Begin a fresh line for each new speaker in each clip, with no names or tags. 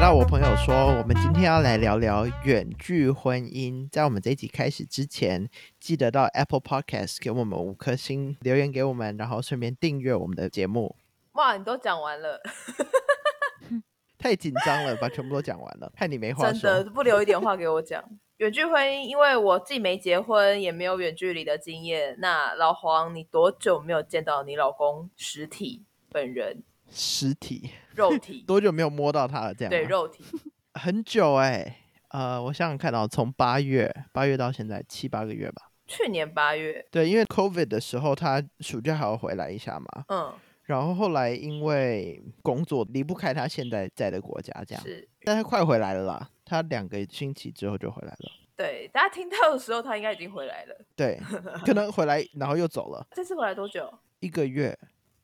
到我朋友说，我们今天要来聊聊远距婚姻。在我们这一集开始之前，记得到 Apple Podcast 给我们五颗星留言给我们，然后顺便订阅我们的节目。
哇，你都讲完了，
太紧张了，把全部都讲完了，看你没话
真
说
的。不留一点话给我讲。远距婚姻，因为我既没结婚，也没有远距离的经验。那老黄，你多久没有见到你老公实体本人、
实体
肉体？
多久没有摸到他了？这样
对，
吗
肉体。
很久哎、呃，我想想看到从八月八月到现在七八个月吧。
去年八月，
对，因为 COVID 的时候，他暑假还要回来一下嘛。
嗯，
然后后来因为工作离不开他现在在的国家，这样。
是
但他快回来了啦，他两个星期之后就回来了。
对。大家听到的时候，他应该已经回来了。
对，可能回来然后又走了
这次回来多久？
一个月，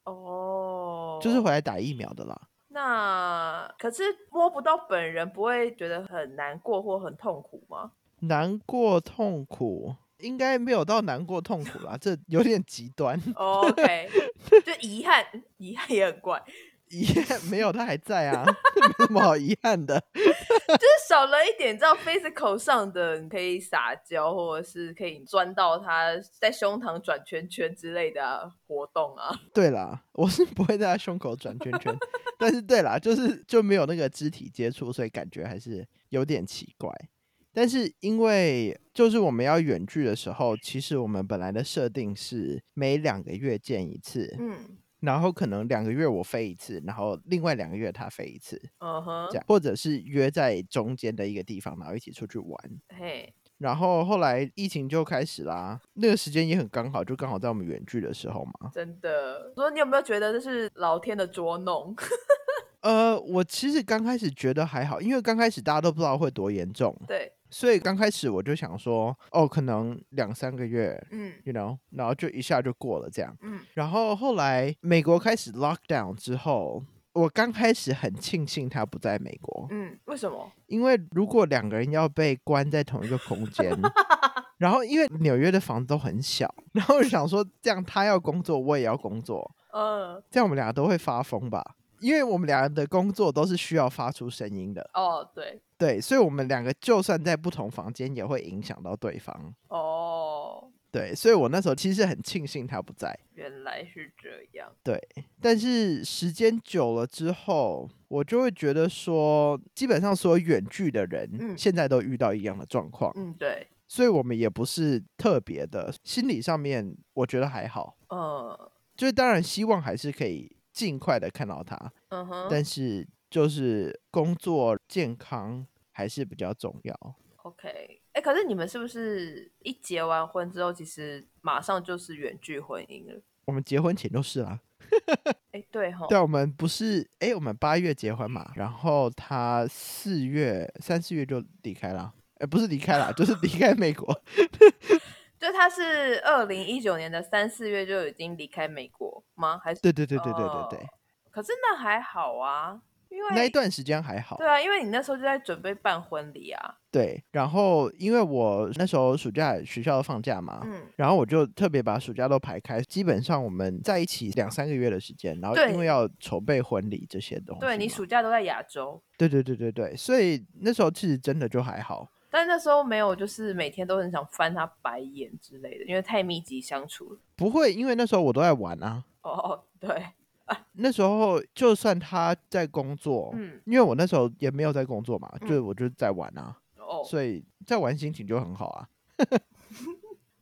哦，
就是回来打疫苗的啦。
那可是摸不到本人，不会觉得很难过或很痛苦 吗？
难过痛苦应该没有到难过痛苦啦，这有点极端。
哦 OK，就遗憾，遗憾也很怪，
遗憾没有，他还在啊， 没什么好遗憾的。
就是少了一点，你知道 physical 上的，你可以撒娇，或者是可以钻到他在胸膛转圈圈之类的啊、活动啊。
对啦，我是不会在他胸口转圈圈，但是对啦，就是就没有那个肢体接触，所以感觉还是有点奇怪。但是因为就是我们要远距的时候，其实我们本来的设定是每两个月见一次，
嗯
然后可能两个月我飞一次，然后另外两个月他飞一次，这
嗯哼，
样，或者是约在中间的一个地方，然后一起出去玩。
嘿，
然后后来疫情就开始啦，那个时间也很刚好，就刚好在我们远距的时候嘛。
真的。所以你有没有觉得这是老天的捉弄？
呃，我其实刚开始觉得还好，因为刚开始大家都不知道会多严重，
对，
所以刚开始我就想说，哦，可能两三个月
嗯
，you know，然后就一下就过了这样。
嗯，
然后后来美国开始 lockdown 之后，我刚开始很庆幸他不在美国，
嗯，为什么？
因为如果两个人要被关在同一个空间，然后因为纽约的房子都很小，然后我想说这样他要工作，我也要工作，
嗯，
这样我们俩都会发疯吧？因为我们俩的工作都是需要发出声音的，
哦，对，
对，所以我们两个就算在不同房间，也会影响到对方。
哦，
对，所以我那时候其实很庆幸他不在，
原来是这样。
但是时间久了之后，我就会觉得说，基本上所有远距的人
嗯
现在都遇到一样的状况，
嗯，对，
所以我们也不是特别的，心理上面我觉得还好，
嗯
就是当然希望还是可以尽快的看到他，
嗯哼
但是就是工作健康还是比较重要。
，OK。哎，可是你们是不是一结完婚之后，其实马上就是远距婚姻了？
我们结婚前就是啦，
哎，对哈，
对啊，我们不是诶，我们八月结婚嘛，然后他四月三四月就离开啦，呃，不是离开啦，就是离开美国。
就他是二零一九年的三四月就已经离开美国吗？还是？
对对对对对对对，
可是那还好啊，因为
那一段时间还好
对。啊，因为你那时候就在准备办婚礼啊，
对，然后因为我那时候暑假学校放假嘛。
嗯，
然后我就特别把暑假都排开，基本上我们在一起两三个月的时间，然后
对
因为要筹备婚礼这些东西嘛。
对你暑假都在亚洲，
对对对对对，所以那时候其实真的就还好。
但那时候没有，就是每天都很想翻他白眼之类的，因为太密集相处了。
不会，因为那时候我都在玩啊。
哦，对，
那时候就算他在工作，
嗯，
因为我那时候也没有在工作嘛，
嗯
就是我就在玩啊，
哦，
所以在玩心情就很好啊。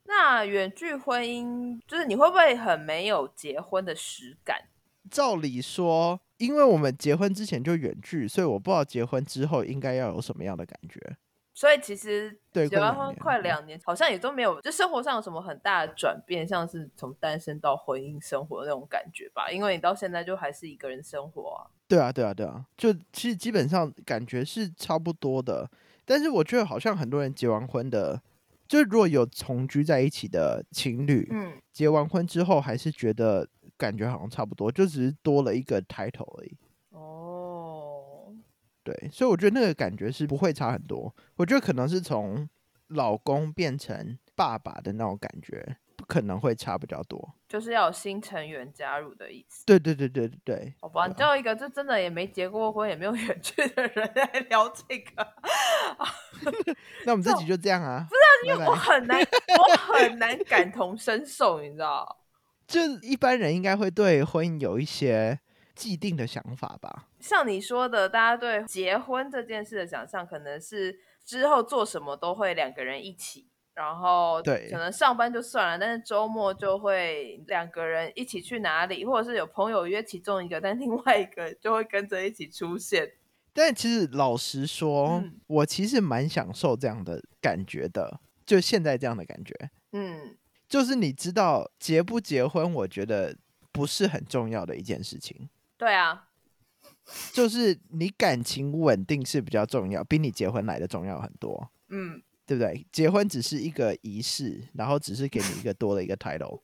那远距婚姻就是你会不会很没有结婚的实感？
照理说，因为我们结婚之前就远距，所以我不知道结婚之后应该要有什么样的感觉。
所以其实
对，
结
过
完
两
婚
年
快两年，好像也都没有，就生活上有什么很大的转变，像是从单身到婚姻生活那种感觉吧。因为你到现在就还是一个人生活啊。
对啊，对啊，对啊，就其实基本上感觉是差不多的，但是我觉得好像很多人结完婚的，就是如果有同居在一起的情侣，
嗯，
结完婚之后还是觉得感觉好像差不多，就只是多了一个 title 而已。
哦，
对，所以我觉得那个感觉是不会差很多。我觉得可能是从老公变成爸爸的那种感觉，可能会差比较多。
就是要有新成员加入的意思。
对对对对对对，
好吧，你
对啊
叫一个就真的也没结过婚、也没有远距的人来聊这个，
那我们这集就这样啊，
因为
拜
我
拜
很难，我很难感同身受，你知道？
就一般人应该会对婚姻有一些既定的想法吧？
像你说的，大家对结婚这件事的想象，可能是之后做什么都会两个人一起，然后
对
可能上班就算了，但是周末就会两个人一起去哪里，或者是有朋友约其中一个，但另外一个就会跟着一起出现。
但其实老实说，
嗯
我其实蛮享受这样的感觉的，就现在这样的感觉，
嗯，
就是你知道结不结婚，我觉得不是很重要的一件事情，
对啊，
就是你感情稳定是比较重要，比你结婚来的重要很多。
嗯，
对不对？结婚只是一个仪式，然后只是给你一个多的一个 title，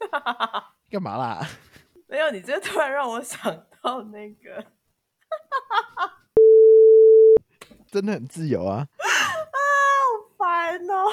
干嘛啦？
没有，你这突然让我想到那个。
真的很自由啊，
烦哦，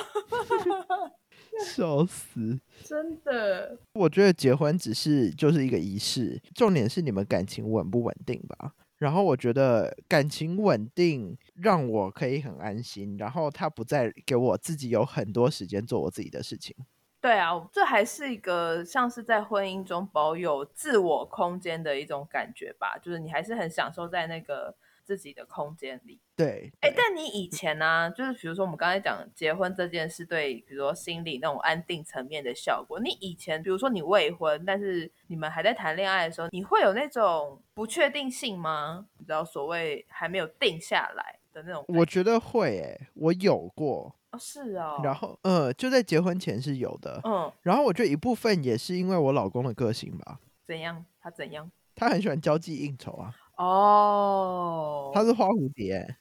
笑死！
真的，
我觉得结婚只是就是一个仪式，重点是你们感情稳不稳定吧。然后我觉得感情稳定让我可以很安心，然后他不再给我自己有很多时间做我自己的事情。
对啊，这还是一个像是在婚姻中保有自我空间的一种感觉吧，就是你还是很享受在那个自己的空间里。
对，
哎，
对
但你以前呢、就是比如说我们刚才讲结婚这件事对，比如说心理那种安定层面的效果，你以前比如说你未婚，但是你们还在谈恋爱的时候，你会有那种不确定性吗？你知道所谓还没有定下来的那种感觉？
我觉得会诶、我有过，
哦是哦，
然后呃，就在结婚前是有的，
嗯，
然后我觉得一部分也是因为我老公的个性吧，
怎样？他怎样？
他很喜欢交际应酬啊，
哦，
他是花蝴蝶欸，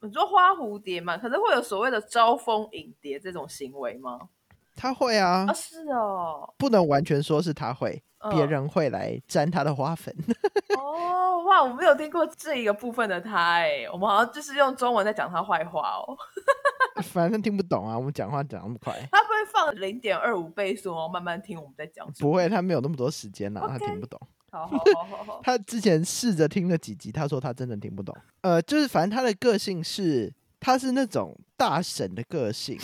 你说花蝴蝶嘛，可是会有所谓的招蜂引蝶这种行为吗？
他会啊
啊，，是哦，
不能完全说是他会，
嗯
别人会来沾他的花粉。
哦，哇，我没有听过这一个部分的他哎，我们好像就是用中文在讲他坏话哦。
反正听不懂啊，我们讲话讲那么快，
他不会放零点二五倍速哦，慢慢听我们在讲什么。
不会，他没有那么多时间啦、他
OK
听不懂。
好好好好好，
他之前试着听了几集，他说他真的听不懂。呃，就是反正他的个性是，他是那种大神的个性，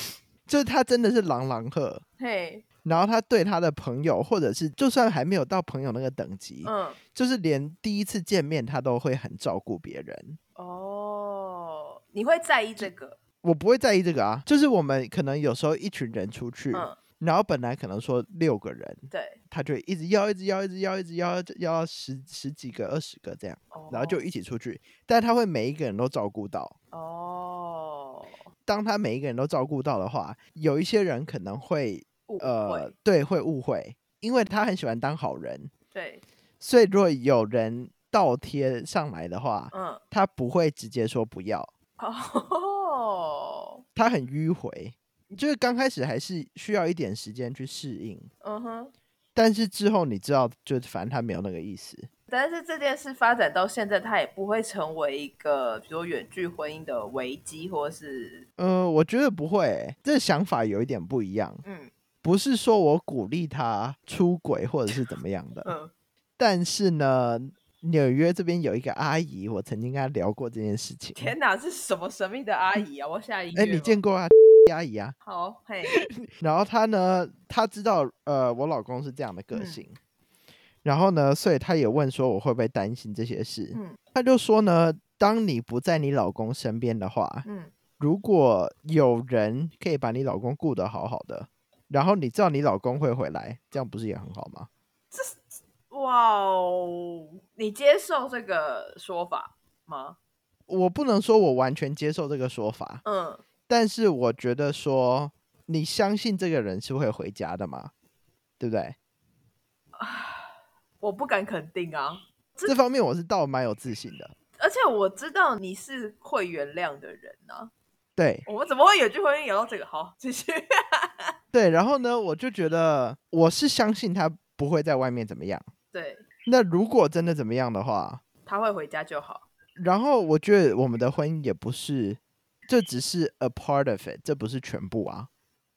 就是他真的是朗朗赫。
嘿，
然后他对他的朋友，或者是就算还没有到朋友那个等级，
嗯，
就是连第一次见面他都会很照顾别人。
哦，你会在意这个？
我不会在意这个啊，就是我们可能有时候一群人出去，
嗯，
然后本来可能说六个人，
对，
他就一直要，一直要，一直要，一直要，要到十十几个、二十个这样，
哦，
然后就一起出去。但他会每一个人都照顾到，
哦，
当他每一个人都照顾到的话，有一些人可能会
误会，
呃，对，会误会，因为他很喜欢当好人，
对，
所以如果有人倒贴上来的话，
嗯，
他不会直接说不要，
哦，
他很迂回，就是刚开始还是需要一点时间去适应。
嗯哼。
但是之后你知道，就反正他没有那个意思。
但是这件事发展到现在，它也不会成为一个，比如说远距婚姻的危机，或是
呃，我觉得不会欸、这想法有一点不一样。
嗯
不是说我鼓励他出轨或者是怎么样的，
嗯
但是呢，纽约这边有一个阿姨，我曾经跟她聊过这件事情。
天哪，是什么神秘的阿姨啊？我下一
哎、你见过啊阿姨啊？
好嘿，
然后她呢，她知道呃我老公是这样的个
嗯
性，然后呢，所以她也问说我会不会担心这些事。
嗯
她就说呢，当你不在你老公身边的话，
嗯
如果有人可以把你老公顾得好好的，然后你知道你老公会回来，这样不是也很好吗？
哇哦，你接受这个说法吗？
我不能说我完全接受这个说法，
嗯，
但是我觉得说你相信这个人是会回家的嘛，对不对？
我不敢肯定啊，
这方面我是倒蛮有自信的。
而且我知道你是会原谅的人啊，
对
我们怎么会远距婚姻聊到这个？好，继续，
对，然后呢，我就觉得我是相信他不会在外面怎么样。
对，
那如果真的怎么样的话，
他会回家就好，
然后我觉得我们的婚姻也不是，这只是 a part of it，这不是全部啊。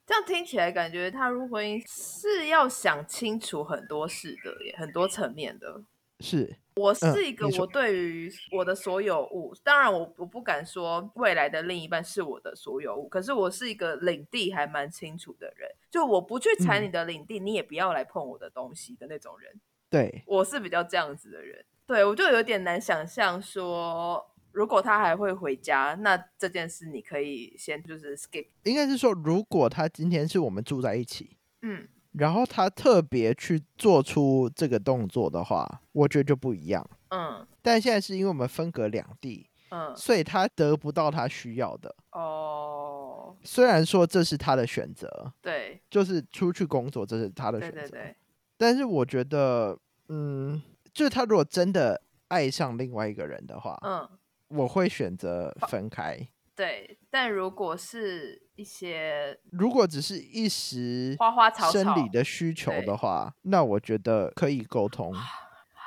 这样听起来感觉踏入婚姻是要想清楚很多事的耶，很多层面的。
是
我
嗯
是一个
你说
我对于我的所有物，当然我我不敢说未来的另一半是我的所有物，可是我是一个领地还蛮清楚的人，就我不去踩
嗯
你的领地，你也不要来碰我的东西的那种人。
对，
我是比较这样子的人，对我就有点难想象说，如果他还会回家，那这件事你可以先就是 skip，
应该是说，如果他今天是我们住在一起，
嗯，
然后他特别去做出这个动作的话，我觉得就不一样。
嗯
但现在是因为我们分隔两地，
嗯，
所以他得不到他需要的。
哦，
虽然说这是他的选择，
对
就是出去工作，这是他的
对
选择。
对对，
但是我觉得，嗯，就是他如果真的爱上另外一个人的话，
嗯
我会选择分开。
对，但如果是一些
如果只是一时
花花草
生
草，
理的需求
对啊
的话，那我觉得可以沟通。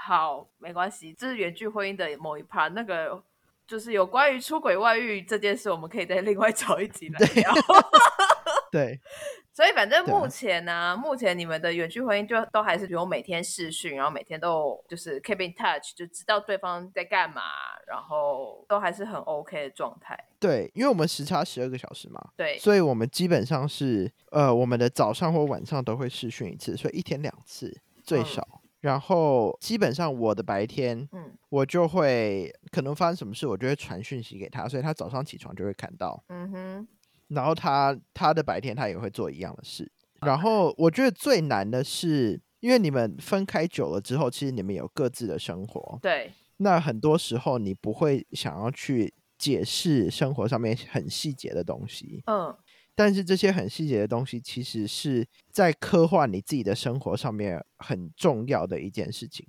好，没关系，这是远距婚姻的某一 part，那个就是有关于出轨外遇这件事，我们可以再另外找一集来聊。
对，
所以反正
对啊
目前呢、目前你们的远距婚姻就都还是，比如每天视讯，然后每天都有就是 keep in touch，就知道对方在干嘛，然后都还是很 OK 的状态。
对，因为我们时差十二个小时嘛，
对，
所以我们基本上是呃，我们的早上或晚上都会试训一次，所以一天两次最
嗯
少。然后基本上我的白天
嗯
我就会可能发生什么事，我就会传讯息给他，所以他早上起床就会看到。
嗯哼，
然后他他的白天他也会做一样的事。
啊
然后我觉得最难的是，因为你们分开久了之后，其实你们有各自的生活，
对
那很多时候你不会想要去解释生活上面很细节的东西，
嗯
但是这些很细节的东西其实是在刻画你自己的生活上面很重要的一件事情。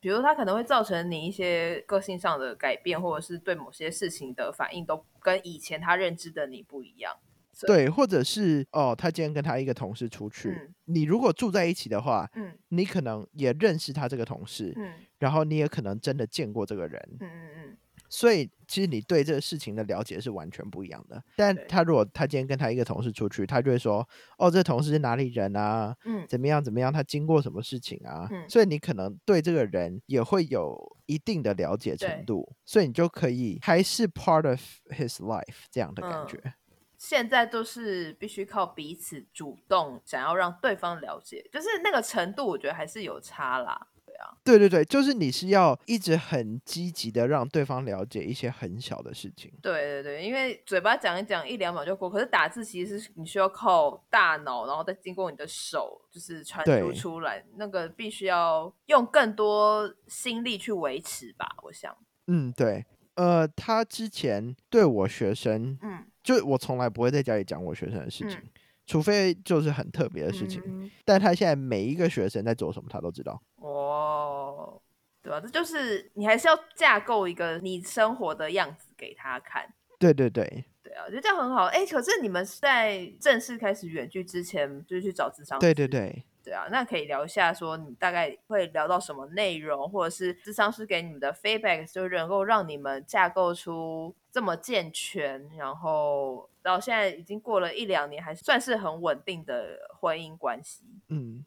比如他可能会造成你一些个性上的改变，或者是对某些事情的反应都跟以前他认知的你不一样。
对，或者是哦，他今天跟他一个同事出去，
嗯
你如果住在一起的话，
嗯
你可能也认识他这个同事，
嗯
然后你也可能真的见过这个人，
嗯嗯
所以其实你对这个事情的了解是完全不一样的。但
对
他如果他今天跟他一个同事出去，他就会说：“哦，这同事是哪里人啊？
嗯嗯，
怎么样怎么样？他经过什么事情啊？”
嗯
所以你可能对这个人也会有一定的了解
对
程度，所以你就可以还是 part of his life 这样的感
嗯
觉。
现在都是必须靠彼此主动，想要让对方了解，就是那个程度，我觉得还是有差啦。对啊，
对对对，就是你是要一直很积极的让对方了解一些很小的事情。
对对对，因为嘴巴讲一讲一两秒就过，可是打字其实是你需要靠大脑，然后再经过你的手，就是传输
对
出来，那个必须要用更多心力去维持吧。我想，
嗯，对，呃，他之前对我学生
嗯，
就我从来不会在家里讲我学生的事情，除非就是很特别的事情。
嗯
但他现在每一个学生在做什么，他都知道。
哦，对啊，这就是你还是要架构一个你生活的样子给他看。
对对对
对啊，我觉得这样很好。哎，可是你们是在正式开始远距之前，就是去找智商？
对对，对，
对啊，那可以聊一下，说你大概会聊到什么内容，或者是智商师给你们的 feedback，就能够让你们架构出这么健全，然后到现在已经过了一两年，还算是很稳定的婚姻关系。
嗯，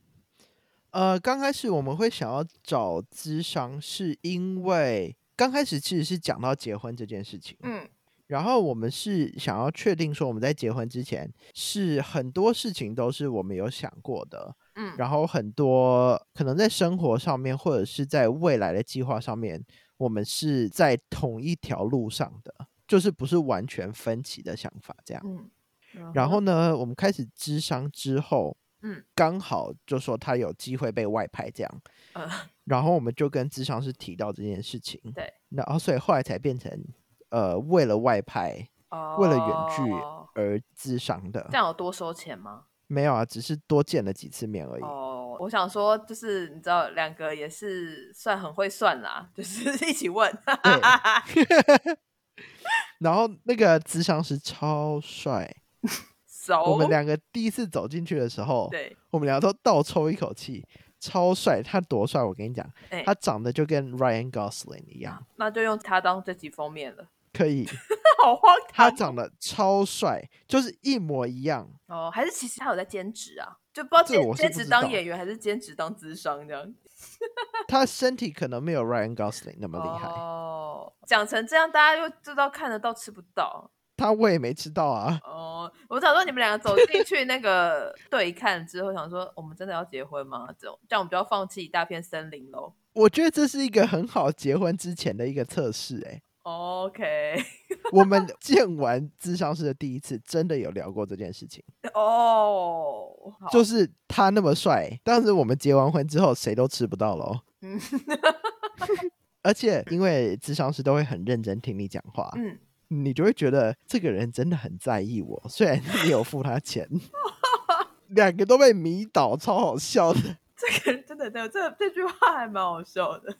呃，刚开始我们会想要找咨商，是因为刚开始其实是讲到结婚这件事情，
嗯
然后我们是想要确定说我们在结婚之前是很多事情都是我们有想过的，
嗯
然后很多可能在生活上面，或者是在未来的计划上面，我们是在同一条路上的，就是不是完全分歧的想法这样。
嗯，
然后呢，我们开始智商之后，
嗯，
刚好就说他有机会被外派这样，
呃，
然后我们就跟智商师提到这件事情，
对，
然后所以后来才变成呃，为了外派为了远距
哦
而智商
这
的，
样有多收钱吗？
没有啊，只是多见了几次面而已。
哦，我想说，就是你知道，两个也是算很会算啦，就是一起问。
然后那个智商师超帅，
熟，
我们两个第一次走进去的时候，
哦对，
我们俩都倒抽一口气，超帅，他多帅！我跟你讲，
哎、嗯
他长得就跟 Ryan Gosling 一样，
那就用它当这集封面了，
可以
好荒
他
唐
长得超帅，就是一模一样。
哦！还是其实他有在兼职啊，就不知道
这
兼
我是
兼
不
职
知
当
道
演员还是兼职当资商这样。
他身体可能没有 Ryan Gosling 那么厉害，
哦，讲成这样，大家又知道看得到吃不到。
他胃没吃到啊。
哦，我想说你们两个走进去那个对看之后，想说我们真的要结婚吗？这种这样我们就要放弃一大片森林喽。
我觉得这是一个很好结婚之前的一个测试、欸。
OK，
我们见完智商师的第一次，真的有聊过这件事情，
哦，好
就是他那么帅，但是我们结完婚之后，谁都吃不到喽。
嗯
而且因为智商师都会很认真听你讲话，
嗯，
你就会觉得这个人真的很在意我，虽然你有付他 钱，两个都被迷倒，超好笑的。
这个真的，这这这句话还蛮好笑的。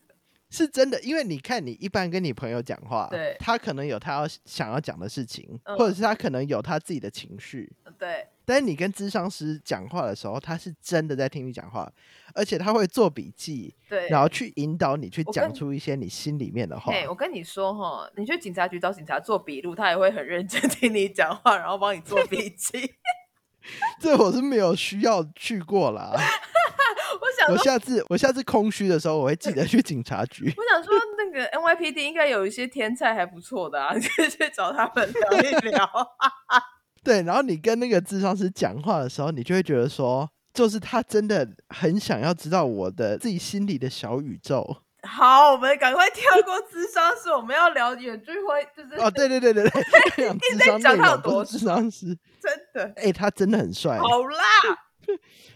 是真的，因为你看，你一般跟你朋友讲话，
对
他可能有他要想要讲的事情，
嗯
或者是他可能有他自己的情绪，
对，
但是你跟智商师讲话的时候，他是真的在听你讲话，而且他会做笔记，
对，
然后去引导你去
我
讲
跟
出一些你心里面的话。
嘿，我跟你说哈，你去警察局找警察做笔录，他也会很认真听你讲话，然后帮你做笔记。
这我是没有需要去过 啦。
我想
我
说，
下次我下次空虚的时候，我会记得去警察局。
我想说，那个 NYPD 应该有一些天才还不错的啊，你 可以去找他们聊一聊。
对，然后你跟那个智商师讲话的时候，你就会觉得说，就是他真的很想要知道我的自己心里的小宇宙。
好，我们赶快跳过智商是我们要聊远距婚，就是、
哦，对对对对对， 讲智商内
讲他有
容不
多
是智商师。
真的
哎、他真的很帅。
好啦。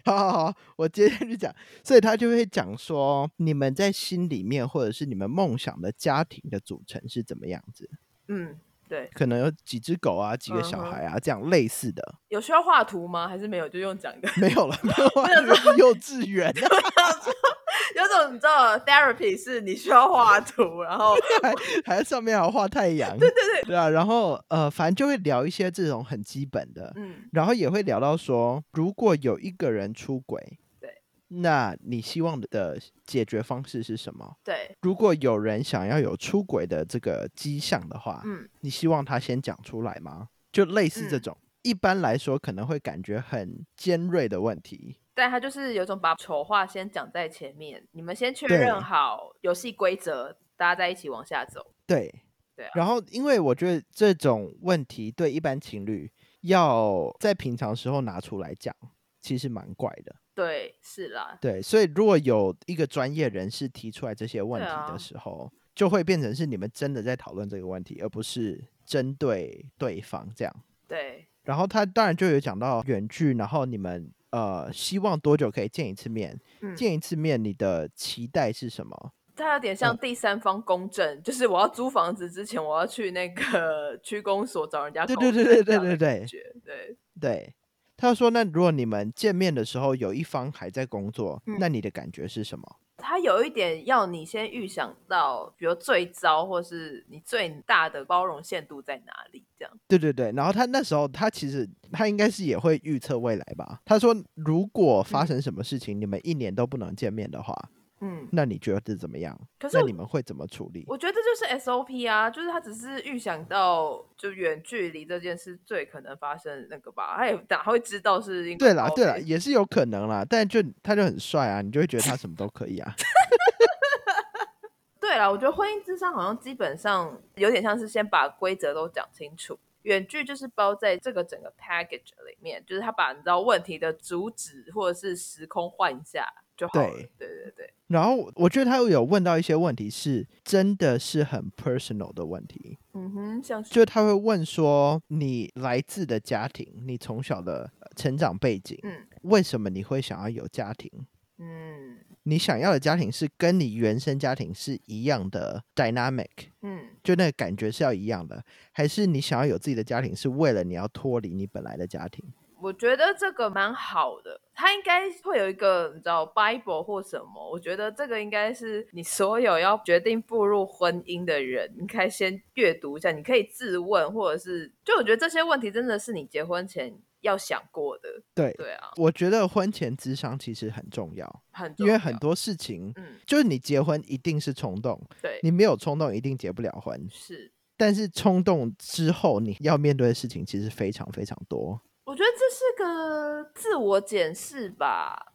好好好，我接下去讲，所以他就会讲说，你们在心里面或者是你们梦想的家庭的组成是怎么样子？
嗯，对，
可能有几只狗啊，几个小
嗯哼
孩啊，这样类似的。
有需要画图吗？还是没有就用讲的？
没有了，没有啊，这是幼稚园啊，
有种你知道吗 therapy 是你需要画图，然后
还还上面还要画太阳。对对对，对啊。然后呃，反正就会聊一些这种很基本的，
嗯，
然后也会聊到说，如果有一个人出轨，
对，
那你希望的解决方式是什么？
对，
如果有人想要有出轨的这个迹象的话，
嗯
你希望他先讲出来吗？就类似这
嗯
种，一般来说可能会感觉很尖锐的问题。
但他就是有种把丑话先讲在前面，你们先确
对
认好游戏规则，大家再一起往下走。
对，
对啊
然后，因为我觉得这种问题对一般情侣要在平常时候拿出来讲，其实蛮怪的。
对，是啦，
对，所以如果有一个专业人士提出来这些问
对
题
啊
的时候，就会变成是你们真的在讨论这个问题，而不是针对对方这样。
对，
然后他当然就有讲到远距，然后你们呃希望多久可以见一次面？
嗯，
见一次面你的期待是什么？
它有点像第三方公证，就是我要租房子之前，我要去那个区公所找人家
对
公
对
证
对
这
对
样
对
的
对
感
对
觉。对，
对，他说那如果你们见面的时候有一方还在工作，
嗯
那你的感觉是什么？
它有一点要你先预想到，比如最糟或是你最大的包容限度在哪里，这样。嗯
对对对，然后他那时候他其实他应该是也会预测未来吧。他说如果发生什么事情，你们一年都不能见面的话，
嗯，
那你觉得怎么样？
可是
那
我
你们会怎么处理？
我觉得这就是 SOP 啊，就是他只是预想到就远距离这件事最可能发生的那个吧，他也他会知道是因
对啦
啦，
对啦，也是有可能啦，但就他就很帅啊，你就会觉得他什么都可以啊。
对啦，我觉得婚姻之上好像基本上有点像是先把规则都讲清楚。远距就是包在这个整个 package 里面，就是他把你知道问题的主旨或者是时空换一下就好了。
对
对对对
然后我觉得他有问到一些问题是，真的是很 personal 的问题，
嗯哼，像是
就他会问说你来自的家庭，你从小的呃成长背景，
嗯
为什么你会想要有家庭？
嗯
你想要的家庭是跟你原生家庭是一样的 dynamic，
嗯
就那个感觉是要一样的，还是你想要有自己的家庭是为了你要脱离你本来的家庭？
我觉得这个蛮好的，它应该会有一个你知道 Bible 或什么。我觉得这个应该是你所有要决定步入婚姻的人，你可以先阅读一下，你可以自问，或者是就我觉得这些问题真的是你结婚前要想过的。
对，
对啊，
我觉得婚前智商其实很重要，
很
因
重
为
要
很多事情
嗯
就是你结婚一定是冲动，
对
你没有冲动一定结不了婚。
是
但是冲动之后，你要面对的事情其实非常非常多。
我觉得这是个自我检视吧。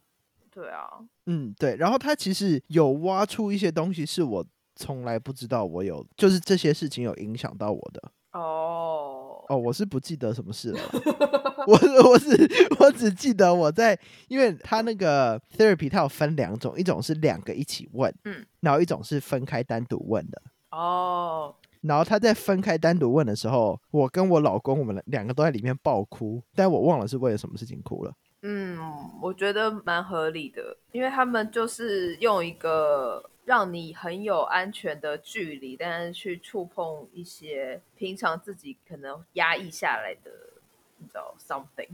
对啊，
嗯，对。然后他其实有挖出一些东西，是我从来不知道我有，就是这些事情有影响到我的。
哦，
哦，我是不记得什么事了啦，我我只我只记得我在，因为他那个 therapy 它有分两种，一种是两个一起问，
嗯，
然后一种是分开单独问的。
哦，
然后他在分开单独问的时候，我跟我老公我们两个都在里面爆哭，但我忘了是为了什么事情哭了。
嗯，我觉得蛮合理的，因为他们就是用一个让你很有安全的距离，但是去触碰一些平常自己可能压抑下来的，你知道 something。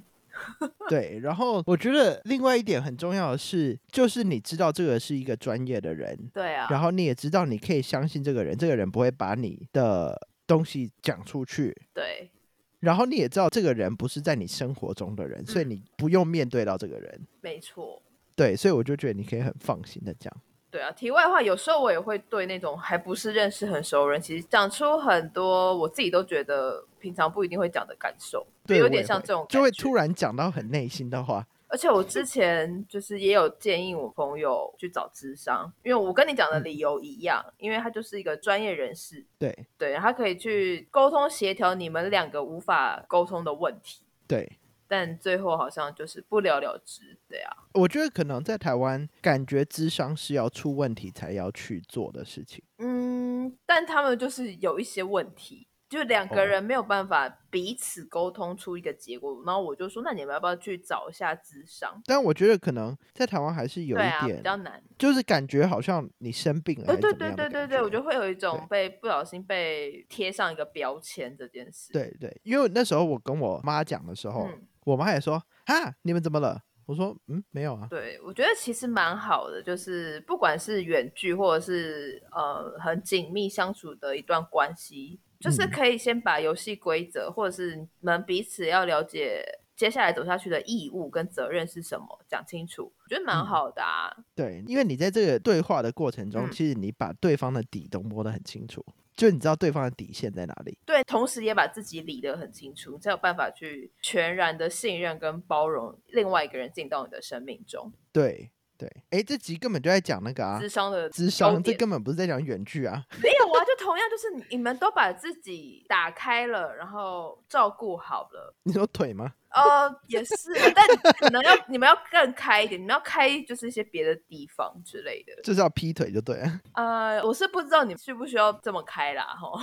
对，然后我觉得另外一点很重要的是，就是你知道这个是一个专业的人，
对啊，
然后你也知道你可以相信这个人，这个人不会把你的东西讲出去，
对，
然后你也知道这个人不是在你生活中的人，所以
嗯
你不用面对到这个人。
没错。
对，所以我就觉得你可以很放心的讲。
对啊，题外话，有时候我也会对那种还不是认识很熟的人，其实讲出很多我自己都觉得平常不一定会讲的感受，
对，
有
我
点
也
像
会
这种
就会
感觉
突然讲到很内心的话。
而且我之前就是也有建议我朋友去找智商，因为我跟你讲
嗯
的理由一样，因为他就是一个专业人士，
对
对，他可以去沟通协调你们两个无法沟通的问题，
对，
但最后好像就是不了了之，对啊，
我觉得可能在台湾，感觉智商是要出问题才要去做的事情。
嗯，但他们就是有一些问题，就两个
哦
人没有办法彼此沟通出一个结果，然后我就说，那你们要不要去找一下智商？
但我觉得可能在台湾还是有
对啊，
一
比
点，
较难。
就是感觉好像你生病了还
哦对
是怎
对
么
对
样的
对
感
对对，我就会有一种
对
被不小心被贴上一个标签这件事。，
对哦对，因为那时候我跟我妈讲的时候，
嗯，
我妈也说啊，你们怎么了？我说嗯，没有啊。
对，我觉得其实蛮好的，就是不管是远距或者是呃很紧密相处的一段关系，就是
嗯
可以先把游戏规则或者是你们彼此要了解接下来走下去的义务跟责任是什么讲清楚，我觉得蛮
嗯
好的啊。
对，因为你在这个对话的过程中，
嗯
其实你把对方的底都摸得很清楚，就你知道对方的底线在哪里。
对，同时也把自己理得很清楚，才有办法去全然的信任跟包容另外一个人进到你的生命中。
对对，诶，这集根本就在讲那个啊
智，商的
智
优
商，这
点
根本不是在讲远距啊。
没有啊，就同样就是你你们都把自己打开了，然后照顾好了。
你说腿吗？
呃，也是，但可能要你们要更开一点，你们要开就是一些别的地方之类的。
就是要劈腿就对了。
呃，我是不知道你们需不需要这么开啦，哈，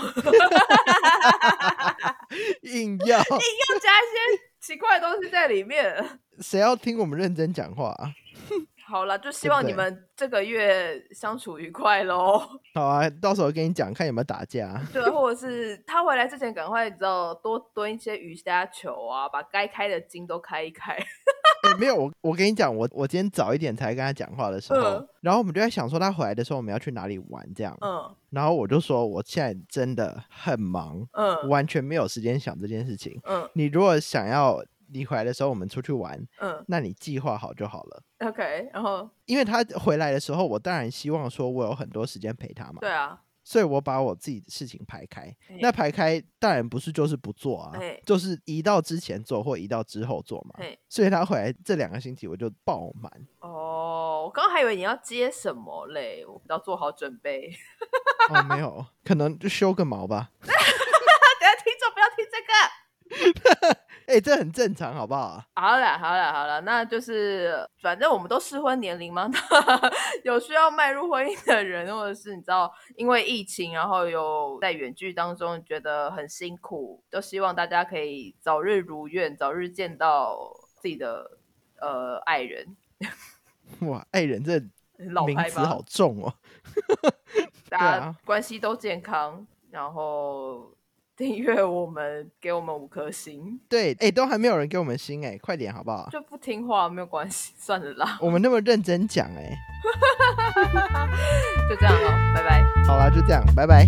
硬要
要加一些奇怪的东西在里面。
谁要听我们认真讲话、啊？
好了，就希
对
望
不
你
对
们这个月相处愉快喽。
好啊，到时候跟你讲，看有没有打架啊。
对，或者是他回来之前，赶快你知道多蹲一些瑜伽球啊，把该开的筋都开一开。
诶呃没有，我我跟你讲，我我今天早一点才跟他讲话的时候，
嗯
然后我们就在想说他回来的时候我们要去哪里玩这样，
嗯
然后我就说我现在真的很忙，
嗯
完全没有时间想这件事情。
嗯
你如果想要你回来的时候我们出去玩，
嗯。
那你计划好就好了。
OK，然后
因为他回来的时候，我当然希望说我有很多时间陪他嘛，
对啊，
所以我把我自己的事情排开。
哎
那排开当然不是就是不做啊
哎，
就是移到之前做或移到之后做嘛
哎。
所以他回来这两个星期我就爆满
哦，我刚刚还以为你要接什么嘞，我要做好准备。
哦，没有，可能就修个毛吧。
等一下听众不要听这个。
哎，这很正常，好不好？
好了好了好了，那就是反正我们都适婚年龄嘛， 有需要迈入婚姻的人，或者是你知道因为疫情，然后有在远距当中觉得很辛苦，都希望大家可以早日如愿，早日见到自己的呃爱人。
哇，爱人这
老
名
牌
词
吧，
好重哦。
大
对
家
啊
关系都健康，然后订阅我们，给我们五颗星，
对，哎，都还没有人给我们心哎，快点好不好？
就不听话没有关系，算了啦，
我们那么认真讲哎，
就这样咯，拜拜。
好啦，就这样，拜拜。